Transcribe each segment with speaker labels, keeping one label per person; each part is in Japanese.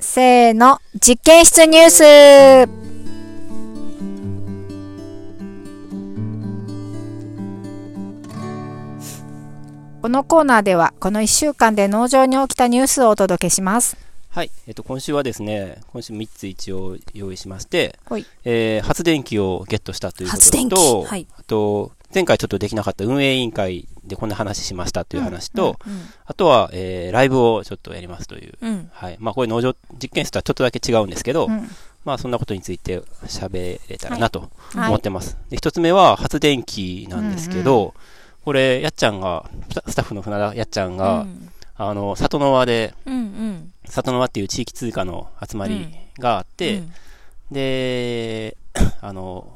Speaker 1: せーの、実験室ニュースこのコーナーでは、この1週間で農場に起きたニュースをお届けします。
Speaker 2: はい、えっと、今週はですね、今週3つ一応用意しまして、
Speaker 1: はい
Speaker 2: えー発電機をゲットしたというこ
Speaker 3: 発電
Speaker 2: と
Speaker 3: 機
Speaker 2: と、
Speaker 3: はい
Speaker 2: あと、前回ちょっとできなかった運営委員会でこんな話しましたという話と、
Speaker 3: うん
Speaker 2: あとは、えーライブをちょっとやりますという、
Speaker 3: うん
Speaker 2: はい。まあ、これ農場実験室とはちょっとだけ違うんですけど、
Speaker 1: うん
Speaker 2: まあ、そんなことについて喋れたらなと
Speaker 1: はい
Speaker 2: 思ってます。で、一つ目は発電機なんですけど、これ、やっちゃんが、スタスタッフの船田やっちゃんが、
Speaker 3: うん
Speaker 2: あの、里の輪で、
Speaker 3: うん
Speaker 2: 里の輪っていう地域通貨の集まりがあって、
Speaker 3: うん
Speaker 2: で、 あの、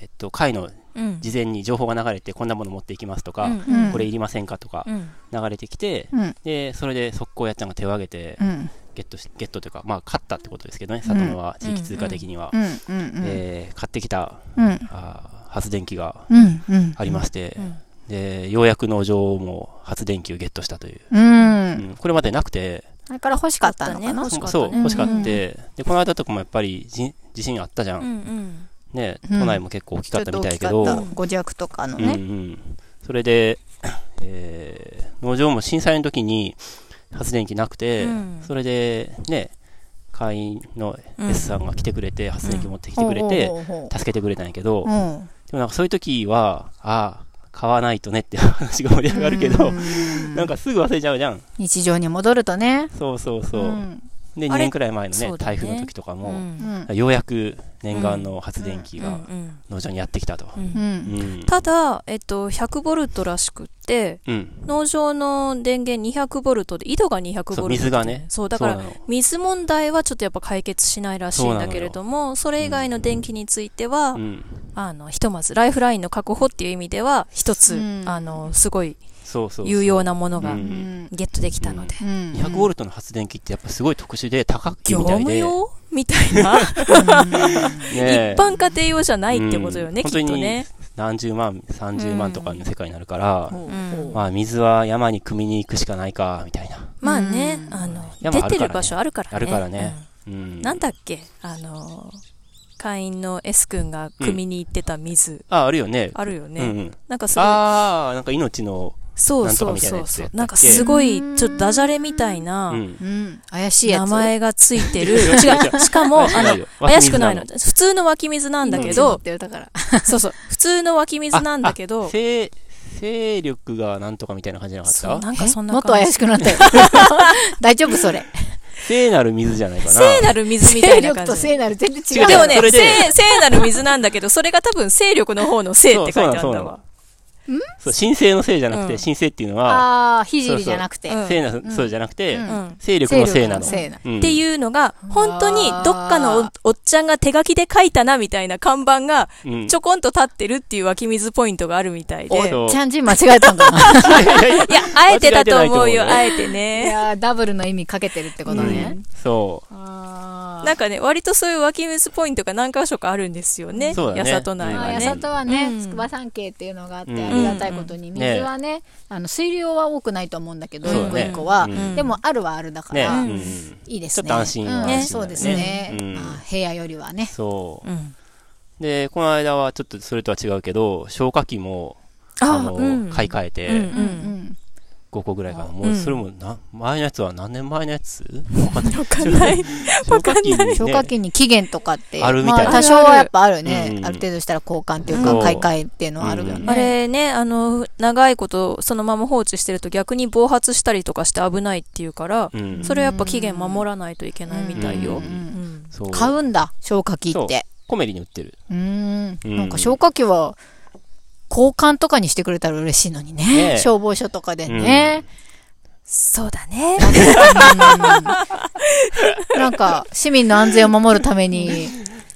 Speaker 2: えっと、会の
Speaker 3: うん
Speaker 2: 事前に情報が流れて、こんなもの持っていきますとか、
Speaker 3: うん
Speaker 1: うん
Speaker 2: これいりませんかとか
Speaker 3: うん
Speaker 2: 流れてきて、
Speaker 1: うん
Speaker 2: で、それで速攻やっちゃんが手を挙げて、
Speaker 1: うん
Speaker 2: ゲットし、ゲットというか、まあ、勝ったってことですけどね、里の輪地域通貨的には
Speaker 1: う。んうん
Speaker 2: えー買ってきた
Speaker 1: うん
Speaker 2: あー発電機が
Speaker 1: うんうん
Speaker 2: ありまして
Speaker 3: う、ん
Speaker 2: で、ようやく農場も発電機をゲットしたという。
Speaker 1: うん
Speaker 2: うんこれまでなくて、
Speaker 1: あれから欲しかったのか
Speaker 3: あ
Speaker 1: な
Speaker 3: 欲しかったね
Speaker 2: そう、
Speaker 3: うん
Speaker 2: 欲しかった。で、この間とかもやっぱりじ地震あったじゃ。
Speaker 3: うんん
Speaker 2: ね、
Speaker 1: うん
Speaker 2: 都内も結構大き
Speaker 1: ち
Speaker 2: か
Speaker 1: ょっ
Speaker 2: った
Speaker 1: と
Speaker 2: み
Speaker 1: 大
Speaker 2: たい
Speaker 1: き
Speaker 2: け
Speaker 1: か
Speaker 2: ど、
Speaker 1: った
Speaker 2: う
Speaker 1: 5弱とかの
Speaker 2: んう
Speaker 1: ね。
Speaker 2: ん。それで、えー農場も震災の時に発電機なくて
Speaker 3: うん、
Speaker 2: それで、ね、会員の
Speaker 3: うん
Speaker 2: S さんが来てくれて、発電機持ってきて
Speaker 1: ほ
Speaker 2: く
Speaker 1: う
Speaker 2: れ
Speaker 1: ほう
Speaker 2: て、
Speaker 1: ほうほ
Speaker 2: 助けてくれたんやけ
Speaker 1: う、
Speaker 2: ど
Speaker 1: うん
Speaker 2: でもなんかそういう時は、ああ、買わないとねっていう話が盛り上がるけど、なんかすぐ忘れちゃうじゃん。
Speaker 1: 日常に戻るとね。
Speaker 2: そうそうそう。
Speaker 1: ん
Speaker 2: で、2
Speaker 3: あれ
Speaker 2: 年くらい前のね、
Speaker 3: そうだ
Speaker 2: 台
Speaker 3: ね
Speaker 2: 風の時とか
Speaker 3: う
Speaker 2: も、
Speaker 1: うんん
Speaker 2: ようやく念願の発電機
Speaker 3: う
Speaker 2: が
Speaker 3: んうん
Speaker 2: 農場にやってきたと。
Speaker 1: う
Speaker 3: う
Speaker 1: んん
Speaker 2: うん。
Speaker 3: ただ、えっと、100ボルトらしくって、
Speaker 2: うん。
Speaker 3: 農場の電源200ボルトで、井戸が200ボルト。
Speaker 2: そう水がね
Speaker 3: そう、だ
Speaker 2: そう
Speaker 3: か
Speaker 2: な
Speaker 3: ら、
Speaker 2: の。
Speaker 3: 水問題はちょっとやっぱ解決しないらしいんだけれども、それ以外の電気については、
Speaker 2: うん。
Speaker 3: あの、ひとまず、ライフラインの確保っていう意味では、一つ、
Speaker 1: うん
Speaker 3: あの、すごい
Speaker 2: そうそうそう。
Speaker 3: 有用なものが
Speaker 2: うん
Speaker 3: ゲットできたので。
Speaker 2: 200ボルトの発電機ってやっぱすごい特殊で高い
Speaker 3: 業
Speaker 2: みたい
Speaker 3: 務
Speaker 2: で。
Speaker 3: 用 みたいな。
Speaker 2: ねえ
Speaker 3: 一般家庭用じゃないってことよね、
Speaker 2: うん
Speaker 3: きっとね。
Speaker 2: 何十万、30万とかの世界になるから、
Speaker 3: うん
Speaker 2: まあ水は山に汲みに行くしかないか、みたいな。
Speaker 3: まあね、
Speaker 1: うん
Speaker 3: あの、
Speaker 2: いやまあ
Speaker 3: 出てる場所あるからね。
Speaker 2: あるからねうん。
Speaker 3: うん。なんだっけ、あの、会員の S 君が組に行ってた水、
Speaker 2: あ、あるよね。
Speaker 3: あるよ
Speaker 2: うんう
Speaker 3: ね。
Speaker 2: ん。
Speaker 3: なんかすごい、
Speaker 2: ああ、なんか命の、
Speaker 3: そうそう
Speaker 2: なんとかみたいな
Speaker 3: そ
Speaker 2: や
Speaker 3: う
Speaker 2: つ
Speaker 3: そ
Speaker 2: やったっ。
Speaker 3: う
Speaker 2: け。
Speaker 3: なんかすごい、ちょっとダジャレみたいうなん
Speaker 1: うん怪しいや
Speaker 3: 名
Speaker 1: つ。
Speaker 3: 前がついてる。
Speaker 2: いやいやい
Speaker 3: 違う、しかも、あの、怪しくないの。普通の湧き水なんだけど、そうそう、普通の湧き水なんだけど、
Speaker 2: 勢、勢力がなんとかみたいな感じじゃな
Speaker 3: そ
Speaker 2: か
Speaker 3: う、
Speaker 2: った
Speaker 3: なん
Speaker 1: え
Speaker 3: かそんな
Speaker 1: もっと
Speaker 3: 感
Speaker 1: 怪
Speaker 3: じ
Speaker 1: し。くなったよ。大丈夫それ。
Speaker 2: 聖なる水じゃないかな。
Speaker 3: 聖なる水みた
Speaker 1: 勢
Speaker 3: いな
Speaker 1: 力
Speaker 3: 感
Speaker 1: と
Speaker 3: じ。
Speaker 1: 聖なる全然違
Speaker 2: 違
Speaker 1: う。
Speaker 2: う
Speaker 3: でも
Speaker 2: そ
Speaker 3: ね、
Speaker 2: れで
Speaker 3: 聖、聖なる水なんだけど、それが多分勢力の方の聖って書いてあったわ。
Speaker 2: そう、神聖の聖じゃなく
Speaker 3: う
Speaker 2: て、
Speaker 3: ん
Speaker 2: 神聖っていうのは、
Speaker 1: ああ、ひじりじゃなくて。
Speaker 3: そう
Speaker 2: 聖な、そうじゃなくて、
Speaker 1: うん
Speaker 3: うん
Speaker 2: 勢力の聖な
Speaker 1: 勢力の
Speaker 2: の。
Speaker 1: 聖な
Speaker 2: うん
Speaker 3: っていうのが、本当にどっかのおおっちゃんが手書きで書いたなみたいな看板が、
Speaker 2: うん
Speaker 3: ちょこんと立ってるっていう湧き水ポイントがあるみたいで。い
Speaker 2: そう
Speaker 1: ちゃんじ間違えたんだな。
Speaker 3: や、あえてだと思うよ、あ
Speaker 2: 間
Speaker 3: えて
Speaker 1: い
Speaker 3: ね。
Speaker 1: やーダブルの意味かけてるってことね
Speaker 2: うん。そう。
Speaker 1: あ
Speaker 3: なんかね、割とそういう湧き水ポイントが何箇所かあるんですよね。
Speaker 2: そうだね
Speaker 3: 八里内
Speaker 2: うん
Speaker 1: あ
Speaker 2: あ
Speaker 3: は
Speaker 1: ー、
Speaker 2: や
Speaker 1: 八
Speaker 2: さ
Speaker 3: ね。
Speaker 1: 里は
Speaker 3: う
Speaker 1: ね、
Speaker 3: ん
Speaker 1: 筑波山系っていうのがあって
Speaker 2: うん
Speaker 1: ありがたいことに、
Speaker 2: うん
Speaker 1: 水はね、あの、水量は多くないと思うんだけど、
Speaker 2: そ
Speaker 1: 一
Speaker 2: うだ
Speaker 1: 個
Speaker 2: ね
Speaker 1: 一個は
Speaker 2: う。
Speaker 3: ん
Speaker 1: でも、あるはあるだか
Speaker 2: ね、
Speaker 1: ら
Speaker 2: う、ん
Speaker 1: いいですね。
Speaker 2: ちょっと安心
Speaker 1: うん
Speaker 2: は
Speaker 3: 安心だよね
Speaker 1: そうですね
Speaker 2: うん。
Speaker 1: まあ部屋よりはね。
Speaker 2: そ
Speaker 3: うん。
Speaker 2: う。で、この間はちょっとそれとは違うけど、消火器も、あの、
Speaker 3: うん
Speaker 2: 買い替え
Speaker 3: う
Speaker 2: て、
Speaker 3: ん
Speaker 2: 5個ぐらいかな。
Speaker 3: ん
Speaker 2: もう、それも、な、前のやつは何年前の やつわかんない。
Speaker 3: うん。わかんな
Speaker 2: 消火器
Speaker 3: い。
Speaker 2: にね
Speaker 1: 消火器に期限とかって、
Speaker 2: あるみ
Speaker 1: ま
Speaker 2: たい
Speaker 1: あ多少はやっぱある
Speaker 2: うん
Speaker 1: ね
Speaker 2: う。ん
Speaker 1: ある程度したら交換っていうか
Speaker 2: うん
Speaker 1: 買い替えっていうのはあるよね。
Speaker 2: うん
Speaker 3: あれね、あの、長いことそのまま放置してると逆に暴発したりとかして危ないっていうから、
Speaker 2: うん
Speaker 3: それはやっぱ期限守らないといけないみたいよ。
Speaker 2: う
Speaker 3: うんん。
Speaker 2: そう。
Speaker 1: 買うんだ、消火器って。
Speaker 2: コメリに売ってる。
Speaker 1: うーん。
Speaker 2: うん
Speaker 1: なんか消火器は、交換とかにしてくれたら嬉しいのに
Speaker 2: ね
Speaker 1: ね。
Speaker 2: え
Speaker 1: 消防署とかでね。
Speaker 3: そうだね。
Speaker 1: うんなんか、市民の安全を守るために、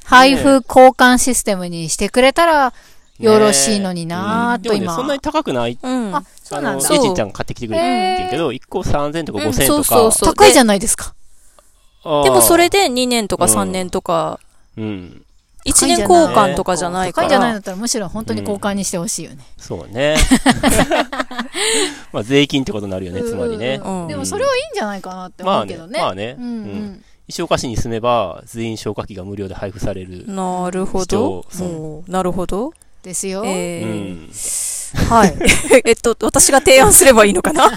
Speaker 1: 配布交換システムにしてくれたら、よろしいのになーと
Speaker 2: ねえうんでもね
Speaker 1: 今
Speaker 2: そんなに高くない。
Speaker 3: うん。
Speaker 1: あ、そうなんだ
Speaker 2: あの
Speaker 3: そ。う
Speaker 2: エイジンちゃんが買ってきてくれって言うけど、1個3000とか5000と
Speaker 3: うんそう
Speaker 2: か
Speaker 3: そう。
Speaker 1: 高いじゃないですか。
Speaker 2: あー
Speaker 3: でもそれ、で2年とか
Speaker 2: うん
Speaker 3: 3年とか
Speaker 2: うん。
Speaker 3: 一年交換とかじゃないか
Speaker 1: 高いんじ
Speaker 3: ら。
Speaker 1: ゃないんだったらむしろ本当に交換にしてほしいよね。
Speaker 2: そうね。まあ、税金ってことになるよね、つまりね。
Speaker 1: うん
Speaker 3: うん
Speaker 1: でもそれはいいんじゃないかなって思うけどね。
Speaker 2: まあねまあね
Speaker 1: うんうん
Speaker 2: うん石岡市に住めば、全員消火器が無料で配布される。
Speaker 3: なるほど。
Speaker 2: そう
Speaker 3: もうなるほど。
Speaker 1: ですよ。
Speaker 2: う
Speaker 3: え
Speaker 2: ん。
Speaker 3: ーはい。 えっと、私が提案すればいいのか な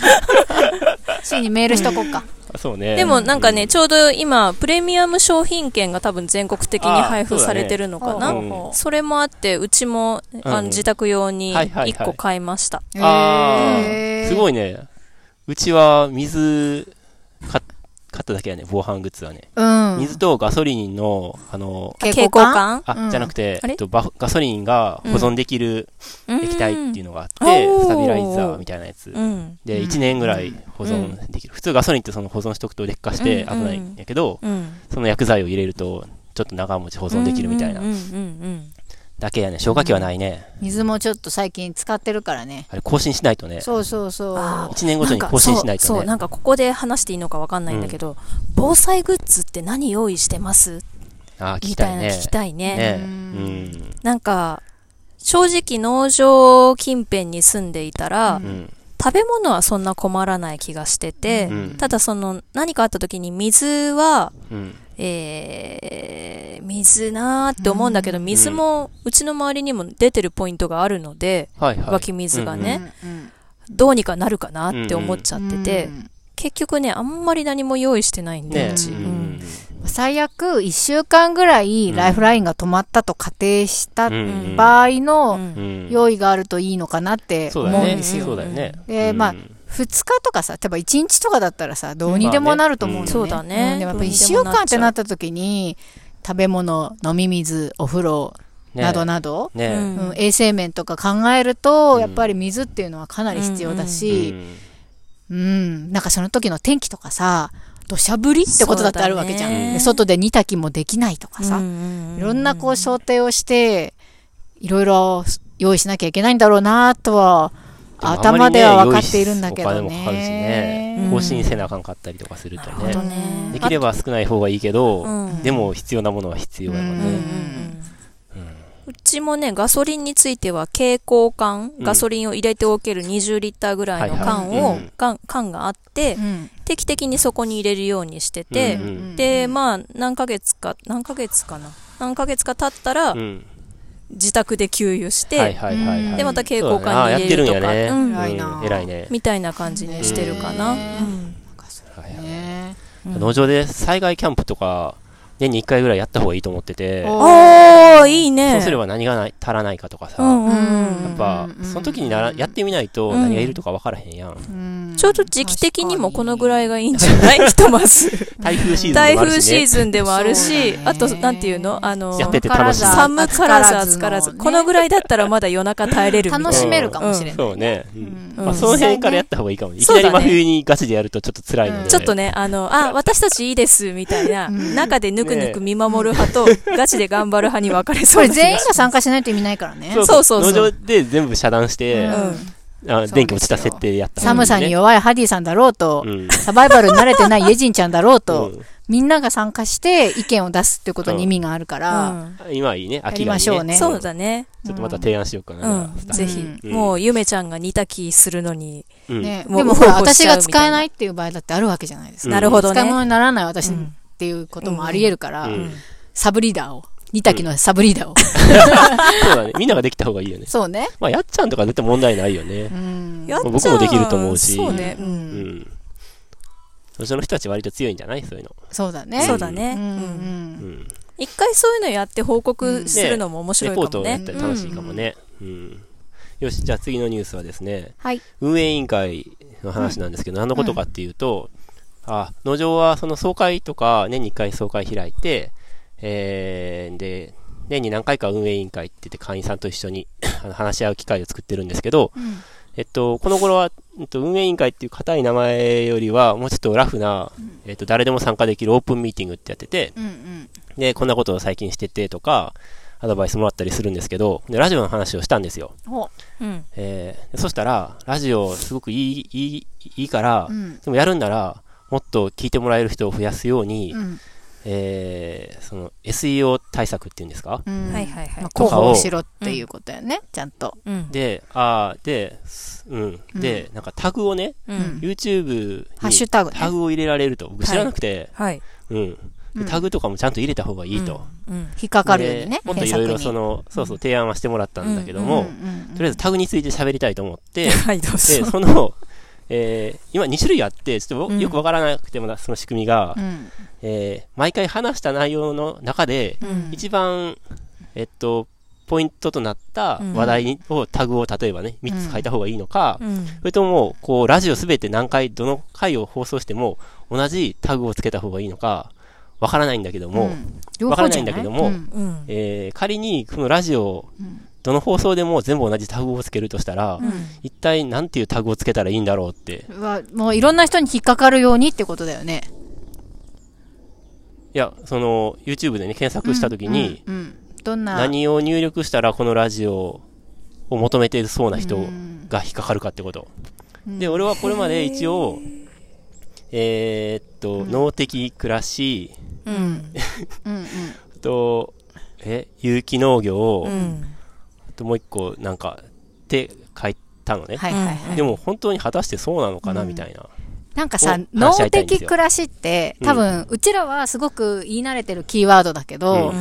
Speaker 1: 市にメールしとこうか。
Speaker 2: あそうね。
Speaker 3: でもなんかね、
Speaker 2: う
Speaker 3: ちょうど今、プレミアム商品券が多分全国的に配布されてるのか
Speaker 2: あ
Speaker 3: な
Speaker 2: ーそうだねうん
Speaker 1: ほうほう
Speaker 3: それもあって、うちも、あの、
Speaker 2: うん
Speaker 3: 自宅用に
Speaker 2: はいはいはい
Speaker 3: 1個買いました。
Speaker 2: あ
Speaker 1: へ
Speaker 2: ー
Speaker 1: ー
Speaker 2: すごいね。うちは水、か買っただけやね、防犯グッズはね。
Speaker 1: うん。
Speaker 2: 水とガソリンの、あの、
Speaker 1: 蛍
Speaker 3: 蛍
Speaker 1: 光
Speaker 3: 光
Speaker 1: 管
Speaker 3: 管
Speaker 2: あ、
Speaker 1: うん
Speaker 2: じゃなくて、
Speaker 3: あれ
Speaker 2: えっと、バフガソリンが保存できる液体っていううのがあって、
Speaker 3: うん
Speaker 2: スタビライザーみたいなやつ。
Speaker 3: んうん。
Speaker 2: で、
Speaker 1: うん
Speaker 2: 1年ぐらい保存できる。普通ガソリンってその保存しとくと劣化して危ないんやけど、
Speaker 3: うん。
Speaker 2: その薬剤を入れると、ちょっと長持ち保存できるみたいな
Speaker 3: うん。うんうん
Speaker 2: だけやね、消火器はないね。
Speaker 1: 水もちょっと最近使ってるからね。
Speaker 2: あれ、更新しないとね。
Speaker 1: そうそうそう。
Speaker 3: あ
Speaker 2: 1年
Speaker 3: うん。
Speaker 2: ごとに更新しないと
Speaker 3: そう、そう
Speaker 2: ね。
Speaker 3: なんかここで話していいのかわかんないんだけど、防災グッズって何用意してます
Speaker 2: あー、聞
Speaker 3: み
Speaker 2: き
Speaker 3: た
Speaker 2: た
Speaker 3: い
Speaker 2: い
Speaker 3: な
Speaker 2: ね。
Speaker 3: 聞きたいね。
Speaker 2: ね。
Speaker 1: う
Speaker 2: うんん。
Speaker 3: なんか、正直農場近辺に住んでいたら、
Speaker 1: うん
Speaker 2: うん。
Speaker 3: 食べ物はそんな困らない気がしてて、
Speaker 2: うん
Speaker 3: ただその何かあった時に水は、
Speaker 2: うん。
Speaker 3: えー、水なーって思うんだけど、水もうちの周りにも出てるポイントがあるので、
Speaker 2: はいはい。
Speaker 3: 湧き水がね、
Speaker 1: うんうん
Speaker 3: どうにかなるかなって思っちゃってて、
Speaker 1: うん
Speaker 3: 結局ね、あんまり何も用意してないんで、
Speaker 2: ね
Speaker 3: うち、
Speaker 2: う
Speaker 3: うん
Speaker 2: ん。
Speaker 1: 最悪1週間ぐらいライフラインが止まったと仮定した
Speaker 2: うん
Speaker 1: 場合
Speaker 3: う
Speaker 1: の
Speaker 3: ん
Speaker 2: うん
Speaker 1: 用意があるといいのかなって
Speaker 2: そ
Speaker 1: 思
Speaker 2: うだ
Speaker 1: う
Speaker 2: よ
Speaker 1: ん
Speaker 2: ね。
Speaker 1: ですよ。
Speaker 2: そうだよね。
Speaker 1: で
Speaker 2: うん
Speaker 1: まあ2日とかさ、例えば1日とかだったらさ、どうにでもなると思うんだよね。
Speaker 3: まあねうんそうだね
Speaker 1: んでもやっぱ1週間ってなった時に、食べ物、飲み水、お風呂、
Speaker 2: ね
Speaker 1: などなど、
Speaker 2: ね
Speaker 3: う
Speaker 1: うんん衛生面とか考えると、
Speaker 2: うん
Speaker 1: やっぱり水っていうのはかなり必要だ
Speaker 2: う
Speaker 1: し、
Speaker 2: ん
Speaker 1: うん、なんかその時の天気とかさ、土砂降りってことだってあるわけじゃん。
Speaker 3: そうだね
Speaker 1: で外で煮炊きもできないとかさ、いろんなこう想定をして、いろいろ用意しなきゃいけないんだろうなとは、
Speaker 2: でもあんま
Speaker 1: 頭
Speaker 2: りね
Speaker 1: では分かっているんだけど
Speaker 2: 用意しお金もかかるし
Speaker 1: ね。
Speaker 2: ね
Speaker 3: うん
Speaker 2: 更新せなあかんかったりとかすると
Speaker 3: なるほ
Speaker 2: ね
Speaker 3: どね。
Speaker 2: できれば少ない方がいいけ
Speaker 3: う
Speaker 2: ど
Speaker 3: ん
Speaker 2: でも必要なものは必要やもん
Speaker 3: うんうんう
Speaker 2: ね
Speaker 3: んうちもね、ガソリンについては、蛍光缶、
Speaker 2: うん
Speaker 3: ガソリンを入れておける20リッターぐらいの缶
Speaker 1: はいは
Speaker 3: を
Speaker 2: いうん、
Speaker 3: 缶缶があって
Speaker 1: う、ん
Speaker 3: 定期的にそこに入れるようにして
Speaker 2: う
Speaker 3: て、
Speaker 2: ん
Speaker 3: で、まあ、何ヶ月か、何ヶ月かな。何ヶ月か経ったら
Speaker 2: う、ん
Speaker 3: 自宅で給油し
Speaker 2: はい
Speaker 3: て、
Speaker 2: はいはいはい
Speaker 3: で、また蛍光
Speaker 2: そうだねあ
Speaker 3: 缶に
Speaker 2: やって
Speaker 3: 入れ
Speaker 2: る
Speaker 3: る
Speaker 2: ん
Speaker 3: と
Speaker 2: や
Speaker 3: か、
Speaker 2: ね
Speaker 3: うん
Speaker 1: 偉いな
Speaker 2: うん偉いね
Speaker 3: みたいな感じにしてるかな。う
Speaker 1: ね
Speaker 3: ん
Speaker 1: なんかそう
Speaker 2: はいはい
Speaker 1: ね。
Speaker 3: うん
Speaker 2: 農場で災害キャンプとか年に1回ぐらいやった方がいいと思ってて
Speaker 1: お
Speaker 3: おー、いいね。
Speaker 2: そうすれば何がない足らないかとかさ
Speaker 3: う
Speaker 2: や
Speaker 3: んうんうん
Speaker 2: っぱ
Speaker 1: うん
Speaker 2: その時にならやってみないと
Speaker 3: うん
Speaker 2: 何がいるとか分からへんやん
Speaker 1: うん
Speaker 3: ちょうど時期的にもこのぐらいがいいんじゃない ひとまず。
Speaker 2: 台風シーズン
Speaker 3: 台
Speaker 2: でもある
Speaker 3: 風
Speaker 2: し
Speaker 3: シ
Speaker 2: ね
Speaker 3: ーズンでもある
Speaker 1: そう
Speaker 3: し、
Speaker 1: だね
Speaker 3: あと、なんていうのあの、
Speaker 2: やってて楽しい
Speaker 3: 寒からず暑
Speaker 1: 暑
Speaker 3: か
Speaker 1: からら
Speaker 3: ず、
Speaker 1: ずのね
Speaker 3: このぐらいだったらまだ夜中耐えれるみたいな。
Speaker 1: 楽しめるかもしれない。
Speaker 2: そうねうん
Speaker 1: うん
Speaker 2: まあその辺からやった方がいいかもねいき
Speaker 3: そう
Speaker 2: な
Speaker 3: だね
Speaker 2: り真冬にガチでやるとちょっと辛いの
Speaker 1: う
Speaker 2: で
Speaker 1: ん
Speaker 3: ちょっとね、あの、あ、私たちいいです、みたいな、中でぬくぬく見守る 派と、ガチで頑張る派に分かれ
Speaker 1: こ
Speaker 3: そう
Speaker 1: れ
Speaker 3: な気が
Speaker 1: 全員が参加しないと意味ないからね。
Speaker 3: そうそうそう
Speaker 2: 農場で全部遮断して、
Speaker 1: うん
Speaker 2: あ電気落ちた設定でやった方が
Speaker 1: 寒
Speaker 2: いいよ
Speaker 1: さ
Speaker 2: ね、
Speaker 1: に弱いハディさんだろうと、
Speaker 2: うん
Speaker 1: サバイバルに慣れてないイジンちゃんだろうと、
Speaker 2: うん
Speaker 1: みんなが参加して意見を出すってことに意味があるから、
Speaker 3: う
Speaker 2: 今はいいね、秋
Speaker 1: り
Speaker 2: が
Speaker 1: ま
Speaker 2: いい
Speaker 1: しょうね
Speaker 3: ん。
Speaker 1: ん
Speaker 3: そうだね。
Speaker 2: ちょっとまた提案しようか
Speaker 3: う
Speaker 2: な。
Speaker 3: ん。
Speaker 2: スタッ
Speaker 3: ぜひ。
Speaker 2: うん
Speaker 3: もう、ゆめちゃんが煮炊きするのに。
Speaker 2: フうん
Speaker 1: ね、
Speaker 3: うん
Speaker 1: でもほら、
Speaker 3: もう
Speaker 1: 私が
Speaker 3: しちゃうみた
Speaker 1: 使
Speaker 3: い
Speaker 1: え
Speaker 3: な
Speaker 1: ないっていう場合だってあるわけじゃないですか。
Speaker 3: なるほど
Speaker 1: 使い物
Speaker 3: ね。
Speaker 1: にならない私
Speaker 3: うん
Speaker 1: っていうこともあり得るから、
Speaker 2: うん
Speaker 1: サブリーダーを、二滝のサブリー ダーを。。
Speaker 2: そうだね。みんなができた方がいいよね
Speaker 1: そうね。
Speaker 2: まあ、やっちゃんとか絶対問題ないよね
Speaker 1: う。ん。
Speaker 3: やっちゃ
Speaker 2: 僕もできると思うし
Speaker 3: そうね。
Speaker 1: う。
Speaker 3: うん
Speaker 2: うんん。その人たち割と強いんじゃないそういうの。
Speaker 1: そうだね。
Speaker 3: そうだ
Speaker 1: う。
Speaker 3: ね。うん
Speaker 2: うんん。
Speaker 3: 一回そういうのやって報告するのも面白
Speaker 2: レ
Speaker 3: い
Speaker 2: ポー
Speaker 3: か
Speaker 2: ト
Speaker 3: も
Speaker 2: をや
Speaker 3: ね
Speaker 2: っ。たら楽しいかもね。うん。よし、じゃあ次のニュースはですね、
Speaker 1: はい。
Speaker 2: 運営委員会の話なんですけど、何のことかっていうと、あ農場はその総会とか年に1回総会開いて、えーで年に何回か運営委員会って言って会員さんと一緒にあの話し合う機会を作ってるんですけど、
Speaker 1: うん
Speaker 2: えっと、この頃は、えっと、運営委員会っていう硬い名前よりはもうちょっとラフな、えっと、誰でも参加できるオープンミーティングってやってて
Speaker 1: うんうん。
Speaker 2: でこんなことを最近しててとかアドバイスもらったりするんですけどでラジオの話をしたんですよ
Speaker 1: ほ
Speaker 3: うん。
Speaker 2: えーそしたら、ラジオすごくいい、いい、いいから、
Speaker 1: う。うん。
Speaker 2: でもやるんなら、もっと聞いてもらえる人を増やすように、
Speaker 1: うん。
Speaker 2: えー、その SEO 対策っていうんですか、
Speaker 1: うん
Speaker 3: はいはいはい
Speaker 1: まあ、広報をしろっていうことやね、ちゃんと。
Speaker 3: うん。
Speaker 2: で、あーで、すうん、で、なんかタグをね、
Speaker 3: うん。
Speaker 2: YouTube に
Speaker 1: ハッシュタグね
Speaker 2: タグを入れられると。僕知らなくて、
Speaker 3: はい。
Speaker 2: うんでタグとかもちゃんと入れた方がいいと。
Speaker 3: うん。
Speaker 1: 引っかかるようにね
Speaker 2: で、もっといろいろ
Speaker 1: 検
Speaker 2: そ
Speaker 1: 索に
Speaker 2: の、そうそう、提案はしてもらったんだけど
Speaker 1: う
Speaker 2: も、
Speaker 1: んうんうん
Speaker 2: とりあえずタグについて喋りたいと思って、
Speaker 3: はい、どうし
Speaker 2: で、
Speaker 3: よう。
Speaker 2: その、えー今2種類あって、ちょっと
Speaker 3: うん
Speaker 2: 僕よくわからなくてもな、その仕組みが、
Speaker 1: うん
Speaker 2: えー毎回話した内容の中で、
Speaker 3: うん
Speaker 2: 一番、えっと、ポイントとなった話題にを、タグを例えばね、3つ書いた方がいいのか、
Speaker 3: うん。
Speaker 2: それとも、こう、ラジオすべて何回、どの回を放送しても、同じタグをつけた方がいいのか、わからないんだけども、
Speaker 1: ん両
Speaker 2: わか
Speaker 1: 方
Speaker 2: ら
Speaker 1: じ
Speaker 2: な
Speaker 1: ゃ
Speaker 2: いんだけども
Speaker 1: うん
Speaker 3: うん。
Speaker 2: えー仮に、このラジオ
Speaker 1: うん、
Speaker 2: どの放送でも全部同じタグをつけるとしたら、一体なんていうタグをつけたらいいんだろうって。
Speaker 1: うわもういろんな人に引っかかるようにってことだよね。
Speaker 2: いや、その、YouTube でね、検索したときに、
Speaker 1: うん、うんどんな。
Speaker 2: 何を入力したらこのラジオを求めてそうな人
Speaker 1: うん
Speaker 2: が引っかかるかってこと。
Speaker 1: うん
Speaker 2: で、俺はこれまで一応、えーっと、脳的暮らし、
Speaker 3: うん。
Speaker 1: うんうん。
Speaker 2: あと、え、有機農業、
Speaker 3: うん。
Speaker 2: あともう一個なんか、って書いたのね。
Speaker 1: はいはいはい。
Speaker 2: でも本当に果たしてそうなのかな、みたいな。
Speaker 1: なんかさ
Speaker 2: を、
Speaker 1: 脳
Speaker 2: 話し合いたいんです
Speaker 1: 的
Speaker 2: よ
Speaker 1: 暮らしって、多分、うちらはすごく言い慣れてるキーワードだけど、
Speaker 2: う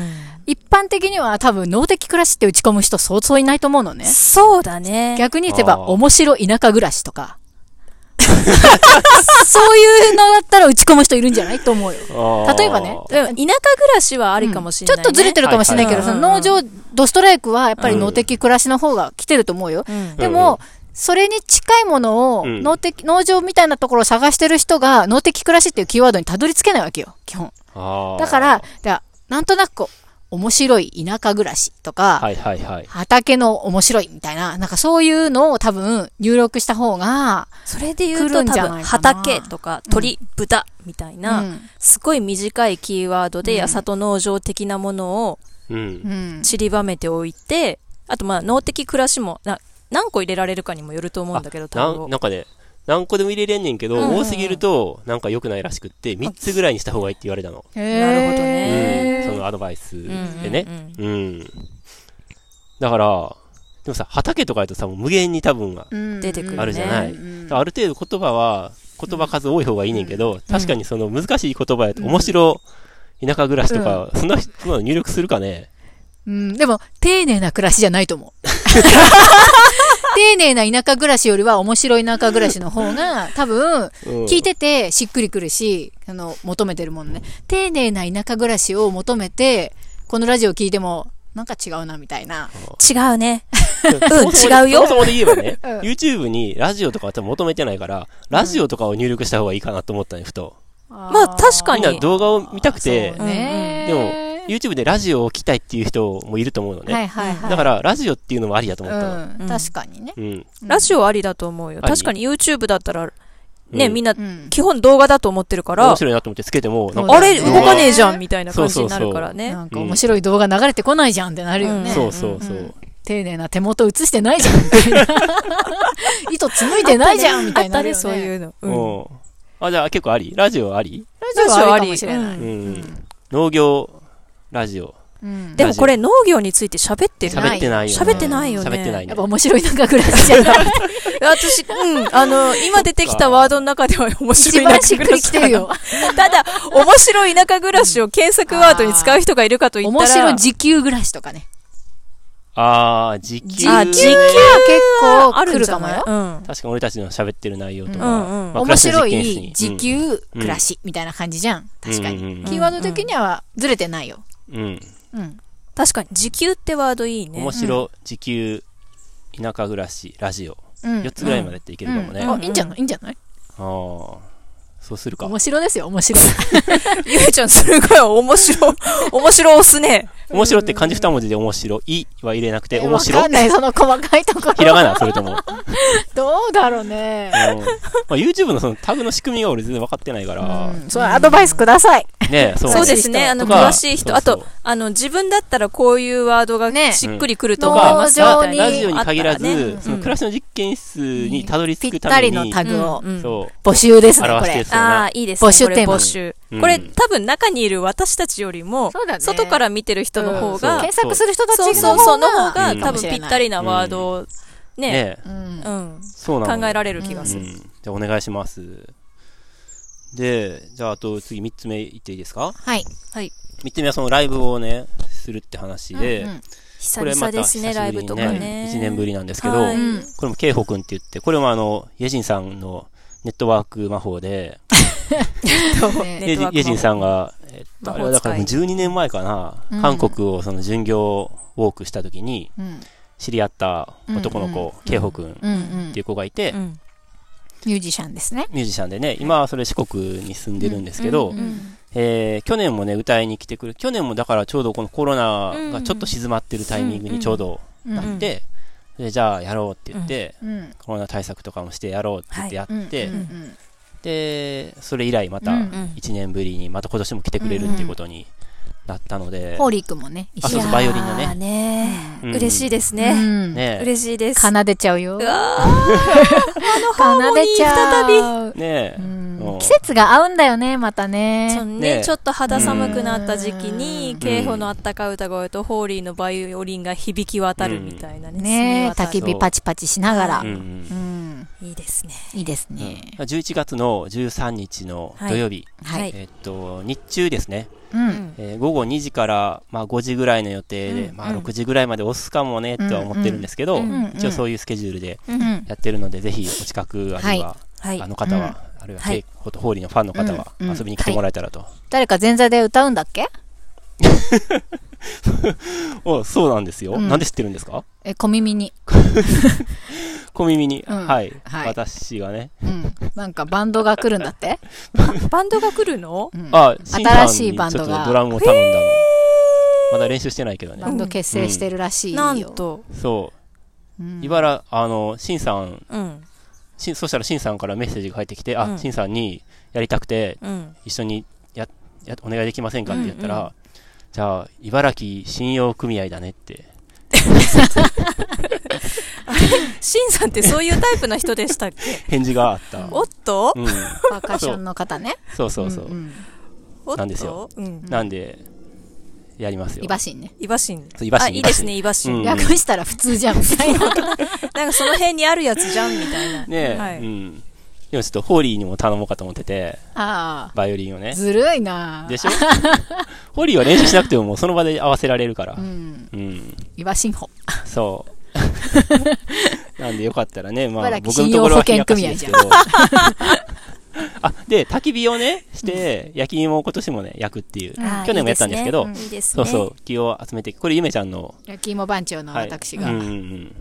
Speaker 1: 一般的には多分、脳的暮らしって打ち込む人そうそういないと思うのね。
Speaker 3: そうだね。
Speaker 1: 逆に言えば、
Speaker 2: あー
Speaker 1: 面白田舎暮らしとか。 そういうのだったら打ち込む人いるんじゃないと思うよ。
Speaker 2: あー
Speaker 1: 例えばね
Speaker 3: でも田舎暮らしはありかもしれない、
Speaker 1: ちょ
Speaker 3: ね
Speaker 1: っとずれてるかもしれないけど、
Speaker 3: はいは
Speaker 1: そ
Speaker 3: い
Speaker 1: の農場、ドストライクはやっぱり脳的暮らしの方が来てると思うよ。
Speaker 3: うん
Speaker 1: でも、それに近いものを、
Speaker 2: うん
Speaker 1: 農的、農場みたいなところを探してる人が、脳的暮らしっていうキーワードにたどり着けないわけよ、基本。
Speaker 2: あー
Speaker 1: だから、じゃあなんとなくこう、面白い田舎暮らしとか、
Speaker 2: はいはいはい。
Speaker 1: 畑の面白いみたいな、なんかそういうのを多分入力した方が、
Speaker 3: それで言う
Speaker 1: 来る
Speaker 3: と
Speaker 1: ん
Speaker 3: 多
Speaker 1: じゃな
Speaker 3: 分
Speaker 1: いかな
Speaker 3: 畑とか鳥、豚みたいな、
Speaker 1: うん
Speaker 3: すごい短いキーワード
Speaker 1: う
Speaker 3: で、
Speaker 1: ん
Speaker 3: やさと農場的なものを
Speaker 2: うん。
Speaker 1: うん。
Speaker 3: 散りばめておいて、あとまあ農的暮らしもな、何個入れられるかにもよると思うんだけど、
Speaker 2: な
Speaker 3: 単語
Speaker 2: んなんかね、何個でも入れれんねんけど、
Speaker 3: うんうん
Speaker 2: 多すぎると、なんか良くないらしくって、3つぐらいにした方がいいって言われたの。
Speaker 1: な
Speaker 2: う
Speaker 3: るほどねへ
Speaker 2: ん。
Speaker 3: ー
Speaker 2: そのアドバイス
Speaker 3: うんうんうん
Speaker 2: でね。うん。だから、でもさ、畑とかやとさ、もう無限に多分は、
Speaker 3: 出てくるね
Speaker 2: あるじゃない。
Speaker 1: うん
Speaker 2: ある程度言葉は、言葉数多い方がいいねんけど、確かにその難しい言葉やと、面白、田舎暮らしとか、そんな、そんなの入力するかね。
Speaker 1: うん、でも、丁寧な暮らしじゃないと思う。丁寧な田舎暮らしよりは面白い田舎暮らしの方が、多分、
Speaker 2: うん
Speaker 1: 聞いててしっくりくるし、あの、求めてるもんね。丁寧な田舎暮らしを求めて、このラジオ聞いても、なんか違うな、みたいな。
Speaker 3: 違う ね。
Speaker 2: そもそも
Speaker 3: 違うよ
Speaker 2: そもそもで言えばね、
Speaker 1: うん
Speaker 2: YouTube にラジオとかは多分求めてないから、ラジオとかを入力した方がいいかなと思ったね、ふと。
Speaker 1: ま
Speaker 3: まあ確か
Speaker 2: みん
Speaker 3: に。
Speaker 2: な動画を見たくて、
Speaker 1: そうね。
Speaker 2: でも、YouTube でラジオを聞きたいっていう人もいると思うのね。
Speaker 1: はいはいはい。
Speaker 2: だから、ラジオっていうのもありだと思ったの。
Speaker 1: うん
Speaker 3: うん
Speaker 1: 確かにね。
Speaker 2: うん。
Speaker 3: ラジオありだと思うよ。
Speaker 2: あり
Speaker 3: 確かに YouTube だったら、ね、
Speaker 2: うん
Speaker 3: みんな
Speaker 1: うん
Speaker 3: 基本動画だと思ってるから、
Speaker 2: 面白いなと思ってつけても、なんか
Speaker 3: あれ
Speaker 1: そ
Speaker 3: 動
Speaker 1: うだね
Speaker 3: かねえじゃんみたいな感じになるからね。
Speaker 1: なんか面白い動画流れてこないじゃんってなるよね。
Speaker 2: そうそうそう。
Speaker 1: 丁寧な手元映してないじゃんみたいな。糸紡いでないじゃんみたいになるよね。
Speaker 3: そういうの。
Speaker 2: う。
Speaker 3: うんん。
Speaker 2: あ、じゃあ結構ありラジオあり
Speaker 1: ラジオはありかもしれ
Speaker 3: ラ
Speaker 1: な
Speaker 3: ジ
Speaker 1: い
Speaker 3: オ
Speaker 2: うん。。農業、ラジオ。
Speaker 1: うん
Speaker 3: でもこれ農業について喋ってる
Speaker 1: ない
Speaker 2: 喋ってないよね。
Speaker 3: 喋ってないよね
Speaker 2: 喋ってない
Speaker 1: や
Speaker 2: ね
Speaker 1: っぱ。面白いなんかぐらいじゃない
Speaker 3: 私、うん、あの、今出てきたワードの中では面
Speaker 1: 一
Speaker 3: 白い
Speaker 1: 番
Speaker 3: 田
Speaker 1: しっく
Speaker 3: 舎暮ら
Speaker 1: り
Speaker 3: し
Speaker 1: きてるよ。
Speaker 3: ただ、面白い田舎暮らしを検索ワードに使う人がいるかと言った
Speaker 1: 面
Speaker 3: ら、
Speaker 1: 白い時給暮らしとかね。
Speaker 2: あー、時給。
Speaker 3: あ時給
Speaker 1: は結
Speaker 3: あ
Speaker 1: 構
Speaker 3: る
Speaker 1: 来
Speaker 3: ん
Speaker 1: る
Speaker 3: じゃ
Speaker 1: かも
Speaker 3: ない
Speaker 1: よ。
Speaker 3: うん。
Speaker 2: 確かに俺たちの喋ってる内容とか、
Speaker 3: うんうん
Speaker 2: まあ
Speaker 1: 面白
Speaker 2: クラ
Speaker 1: い
Speaker 2: ス実験室
Speaker 1: 時
Speaker 2: に
Speaker 1: 給暮らしみたいな感じじゃん。確か
Speaker 2: うんうんう
Speaker 1: に。
Speaker 2: ん
Speaker 1: キーワード的にはずれてないよ。
Speaker 2: うん。うん
Speaker 1: うん。
Speaker 3: 確かに、時給ってワードいいね
Speaker 2: 面。白、時給、田舎暮らし、ラジオ。
Speaker 1: うん
Speaker 2: 4つぐらいまでっていけるかもね。
Speaker 1: うん
Speaker 2: あ
Speaker 1: あいいんじゃないいいんじゃない
Speaker 2: あ。そうするか。
Speaker 1: 面白ですよ、面白い。
Speaker 3: ゆえちゃん、すごい 面白、面白押すね。
Speaker 2: 面白って漢字二文字で面白いは入れなくて、面
Speaker 1: わ
Speaker 2: 白
Speaker 1: かんない、その細かいところ。
Speaker 2: ひらがな、それとも。うん
Speaker 1: どうだろうね。
Speaker 2: まあ、YouTube のそのタグの仕組みが俺全然分かってないから、
Speaker 1: うん、そう、アドバイスください。
Speaker 2: ねそう
Speaker 3: そうですね。あの、
Speaker 2: とか
Speaker 3: 詳しい人。
Speaker 2: そう
Speaker 3: あ
Speaker 2: そう
Speaker 3: と、あの、自分だったらこういうワードが
Speaker 1: ね
Speaker 3: しっくりくると
Speaker 2: と
Speaker 3: 思い
Speaker 2: か、
Speaker 3: ます
Speaker 1: 農場
Speaker 2: ラ
Speaker 1: に
Speaker 2: ラジオに限らず、
Speaker 3: あったらね
Speaker 2: その
Speaker 3: うん
Speaker 2: 暮らしの実験室にたどり
Speaker 1: ぴ
Speaker 2: 着
Speaker 1: っ
Speaker 2: く
Speaker 1: た
Speaker 2: ため
Speaker 1: り
Speaker 2: に、
Speaker 1: のタグを
Speaker 3: う。ん
Speaker 2: そ
Speaker 1: 募集です
Speaker 2: う、
Speaker 1: ね、こ
Speaker 2: 表して
Speaker 1: れ。
Speaker 2: そう
Speaker 3: ああ
Speaker 2: な。
Speaker 3: ー、いいですね。
Speaker 1: 募集
Speaker 3: これ
Speaker 1: テーマ
Speaker 3: 募集
Speaker 2: うん
Speaker 3: これ、多分中にいる私たちよりも
Speaker 1: そうだね、
Speaker 3: 外から見てる人の方が、
Speaker 2: うん
Speaker 1: 検索する人たち
Speaker 3: そうそうそう、の方が多分ぴった。りなワードをね、
Speaker 2: ね
Speaker 1: うん
Speaker 3: う。ん、
Speaker 2: そうなの
Speaker 3: 考えら
Speaker 2: れ
Speaker 3: れる気がす
Speaker 2: う
Speaker 3: る。
Speaker 2: ん。じゃあ、お願いします。で、じゃあ、あと次3つ目いっていいですか
Speaker 1: はい。
Speaker 2: ?3 つ目はそのライブをね、するって話で、
Speaker 1: うんうん
Speaker 3: 久
Speaker 2: これ
Speaker 3: 々
Speaker 2: また
Speaker 3: です
Speaker 2: 久しぶり
Speaker 3: ね、
Speaker 2: に
Speaker 3: ライブとかね。
Speaker 2: 1年ぶりなんですけど、
Speaker 3: はい
Speaker 1: うん
Speaker 2: これも、ケイホくんって言って、これもあの、イェジンさんのネットワーク魔法で、
Speaker 1: ね
Speaker 2: イェジンイェジンさんが、えっと、
Speaker 3: 魔法
Speaker 2: あれはだからもう12年前かな、
Speaker 1: うん
Speaker 2: 韓国をその巡業ウォークした時に、
Speaker 1: うん。
Speaker 2: 知り合った男の子、ケイホくんっ
Speaker 1: うんうん
Speaker 2: てい。う子がいて、
Speaker 3: うん
Speaker 1: ミュージシャンですね。
Speaker 2: ミュージシャンでね、今はそれ四国に住んでるんですけど、
Speaker 1: うんうん
Speaker 2: えー去年もね、歌いに来てくる。去年もだからちょうどこのコロナがちょっと静まってるタイミングにちょうど
Speaker 1: うん
Speaker 2: なって、でじゃあやろうって言って、
Speaker 1: うんうん
Speaker 2: コロナ対策とかもしてやろうって言ってやって、
Speaker 1: うんうん
Speaker 2: で、それ以来また
Speaker 1: うん
Speaker 3: うん
Speaker 2: 1年ぶりに、また今年も来てくれるっていうことになったので、
Speaker 1: ホーリー君もね、一
Speaker 2: あ
Speaker 1: 緒
Speaker 2: そうそうバイオリンのね
Speaker 3: いやーね
Speaker 2: うん
Speaker 3: 嬉しいです
Speaker 1: う
Speaker 3: ね。
Speaker 1: ん
Speaker 2: ね
Speaker 3: 嬉しいです。
Speaker 1: 奏でちゃうよ
Speaker 3: う。わーあのハーモニー再び。
Speaker 1: う。
Speaker 2: ねえ、
Speaker 1: う
Speaker 2: うん
Speaker 1: ん季節が合うんだよね、また
Speaker 3: そう
Speaker 1: ね。
Speaker 2: ね
Speaker 3: ね、ちょっと肌寒くなった時期
Speaker 1: う
Speaker 3: に
Speaker 1: ん、
Speaker 3: 警報のあったかい歌声とホーリーのバイオリンが響き渡るみたいなね。
Speaker 1: ね焚き
Speaker 2: 火
Speaker 1: 火パチパチしながら
Speaker 2: う。ん
Speaker 1: うん。
Speaker 3: 火。いいですね。
Speaker 1: いいです
Speaker 2: うん
Speaker 1: ね。
Speaker 2: 11月の13日の土曜日、
Speaker 1: はい
Speaker 3: はい
Speaker 2: えっと、日中ですね、
Speaker 1: う。
Speaker 3: うんん。
Speaker 2: えー午後2時から、まあ、5時ぐらいの予定で、
Speaker 3: うん
Speaker 2: まあ、
Speaker 3: うん
Speaker 2: 6時ぐらいまで押すかもね、とは思ってるんですけど、
Speaker 3: うんうん
Speaker 2: 一応そういうスケジュールで
Speaker 1: うん。
Speaker 2: やってるので、ぜひお近く、あるいは、
Speaker 3: はい
Speaker 2: あ。の方は、あるいは、
Speaker 3: はい
Speaker 2: ケイホとホーリーのファンの方は、
Speaker 1: うんうん
Speaker 2: 遊びに来てもらえたらと。
Speaker 1: 誰か前座で歌うんだっけ
Speaker 2: おそうなんですよ、
Speaker 1: うん
Speaker 2: なんで知ってるんですか
Speaker 1: え、小耳に。
Speaker 2: 小耳に、
Speaker 1: うん
Speaker 2: はい、
Speaker 1: はい
Speaker 2: 私がね。
Speaker 1: うん。なんかバンドが来るんだって。
Speaker 3: バンドが来るの
Speaker 1: うん
Speaker 2: あ、新
Speaker 1: 新しいバン
Speaker 2: ちょ
Speaker 1: ド
Speaker 2: っと
Speaker 1: が
Speaker 2: ドラムを頼んだの。まだ練習してないけど
Speaker 1: バ
Speaker 2: ね。
Speaker 1: ンド結成してるらしいよ。
Speaker 3: なんと。
Speaker 2: そうう。
Speaker 1: ん。
Speaker 2: 茨、あの、シンさん、
Speaker 3: うん。
Speaker 2: しんそしたらシンさんからメッセージが入ってきて、あ、
Speaker 3: うん
Speaker 2: シンさんにやりたくて、
Speaker 3: うん。
Speaker 2: 一緒にや、や、お願いできませんかって言ったら、
Speaker 3: うんうん
Speaker 2: じゃあ、茨城信用組合だねって。
Speaker 3: シンさんってそういうタイプの人でしたっけ
Speaker 2: 返事があ った。
Speaker 3: おっと
Speaker 2: うん。
Speaker 1: パーカッションの方ね。
Speaker 2: そう そうそう。
Speaker 1: んん。
Speaker 3: おっと
Speaker 2: なんですよ。
Speaker 3: うん。
Speaker 2: なんで、やりますよ。
Speaker 1: イバシンね。
Speaker 3: イバシン。
Speaker 2: そうイバシン
Speaker 3: あ、いいですね、イバシ
Speaker 2: う
Speaker 3: ン。
Speaker 2: ん
Speaker 1: 略したら普通 じゃん、みたいな。
Speaker 3: なんかその辺にあるやつじゃん、みたい
Speaker 2: ね
Speaker 3: な。
Speaker 2: え、
Speaker 3: はい
Speaker 2: うん。でもちょっとホーリーにも頼もうかと思ってて、
Speaker 1: あ
Speaker 2: バイオリンをね
Speaker 1: あ。。ずるいな
Speaker 2: でしょ ホーリーは練習しなくてももうその場で合わせられるから
Speaker 1: う。ん。
Speaker 2: うん。
Speaker 1: イバシンホ。
Speaker 2: そう。なんでよかったらね、まあ
Speaker 1: 茨城
Speaker 2: 僕のところは
Speaker 1: 信用保険
Speaker 2: 冷やか
Speaker 1: 組
Speaker 2: し
Speaker 1: 合
Speaker 2: です
Speaker 1: じゃ
Speaker 2: け
Speaker 1: ん
Speaker 2: ど。 あ、で、焚き火をね、して、焼き芋を今年もね、焼くっていう。
Speaker 1: あー
Speaker 2: 去年もやったんですけど、
Speaker 1: いいです
Speaker 3: いいです
Speaker 2: そ
Speaker 3: ね。
Speaker 2: うそう、気を集めていく。これ、ゆめちゃんの、
Speaker 1: 焼き芋番長の私が。
Speaker 2: うんう
Speaker 1: うん
Speaker 2: んうん。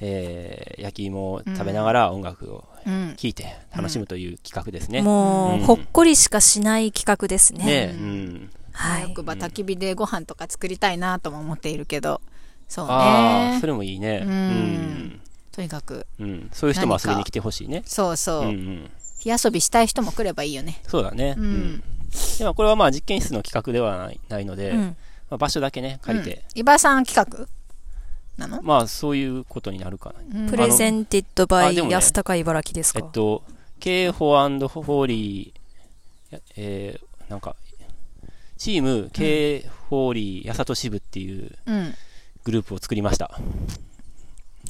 Speaker 2: えー、焼き芋を食べながら音楽を聴いて楽しむという企画ですね。
Speaker 3: もう、
Speaker 2: うん
Speaker 3: ほっこりしかしない企画ですね。
Speaker 2: ね、
Speaker 1: う
Speaker 2: うんん。
Speaker 3: は
Speaker 1: よ
Speaker 3: い
Speaker 1: く。ば焚き火でご飯とか作りたいなとも思っているけど。そう
Speaker 2: ああ、
Speaker 1: ね
Speaker 2: そ。れもいいね。
Speaker 1: う
Speaker 2: うんん。
Speaker 1: とにかく、
Speaker 2: うん。そういう人も遊びに来てほしいね。
Speaker 1: そうそうう。
Speaker 2: んうん。
Speaker 1: 火遊びしたい人も来ればいいよね。
Speaker 2: そうだね。
Speaker 1: う
Speaker 2: うんん。でもこれはまあ実験室の企画ではないないので、
Speaker 3: う
Speaker 2: ま
Speaker 3: ん。
Speaker 2: あ場所だけね、借りて。
Speaker 1: うん。イバさん企画なの
Speaker 2: まあそういうことになるかな。
Speaker 1: うん
Speaker 3: プレゼンテッドバ
Speaker 2: あ
Speaker 3: イ
Speaker 2: でもね
Speaker 3: 安高茨城です
Speaker 2: え
Speaker 3: か、
Speaker 2: っと、ケイホーホーリー、やえー、なんか、チーム、ケイホーリー、やさと支部っていう
Speaker 1: うん。
Speaker 2: グループを作りました。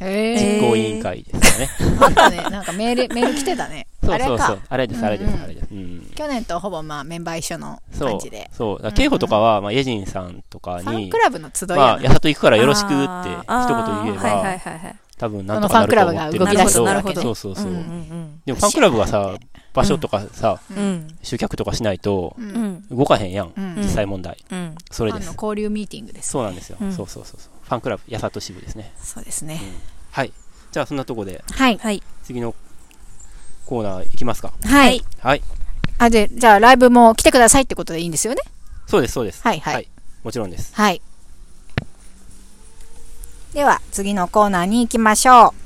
Speaker 1: え
Speaker 2: 実
Speaker 1: え。
Speaker 2: 行委員会ですよね。。
Speaker 1: あったね。なんかメール、 メール来てたね
Speaker 2: そ
Speaker 1: あ
Speaker 2: うそ
Speaker 1: れ
Speaker 2: うそ
Speaker 1: か
Speaker 2: う。。あれです、あれで
Speaker 1: うんう
Speaker 2: す、
Speaker 1: ん
Speaker 2: あれです。うん。
Speaker 1: 去年とほぼまあメンバー一緒の
Speaker 2: そ
Speaker 1: 感
Speaker 2: う
Speaker 1: じで。。
Speaker 2: そう。だからケイホとかは、まあ、イェジンさんとか
Speaker 1: ファン
Speaker 2: に
Speaker 1: ク、ラブの集いやな。
Speaker 2: まあ、やさと行くからよろしくって、一言
Speaker 3: あー
Speaker 2: 言え
Speaker 3: はいは
Speaker 2: ば
Speaker 3: い、はいはい。
Speaker 2: 多分なんとかなると思ってるんだけど
Speaker 3: そのファンクラブが動き出すわけね
Speaker 2: そうそうそう。
Speaker 3: うんうん
Speaker 2: でもファンクラブがさ、場所とかさ、
Speaker 3: うん。うん。
Speaker 2: 集客とかしないと
Speaker 1: う、。
Speaker 3: うんん。
Speaker 2: 動かへんやん。
Speaker 1: うん。
Speaker 2: 実際問題。
Speaker 3: うん。
Speaker 2: それ
Speaker 1: ファ
Speaker 2: で
Speaker 1: ンの
Speaker 2: す。
Speaker 1: 交流ミーティングです。
Speaker 2: そうなんですよ。
Speaker 3: うん
Speaker 2: そうそうそうそう。ファンクラブ、やさと支部ですね。
Speaker 1: そうですね。
Speaker 2: はい。じゃあ、そんなとこで、
Speaker 1: はい。
Speaker 3: はい。
Speaker 2: 次のコーナー行きますか。
Speaker 1: はい。
Speaker 2: はい。
Speaker 1: あ、で、じゃあライブも来てくださいってことでいいんですよね。
Speaker 2: そうです、そうです。
Speaker 1: はいはい
Speaker 2: はい。もちろんです。
Speaker 1: はい。では、次のコーナーに行きましょう。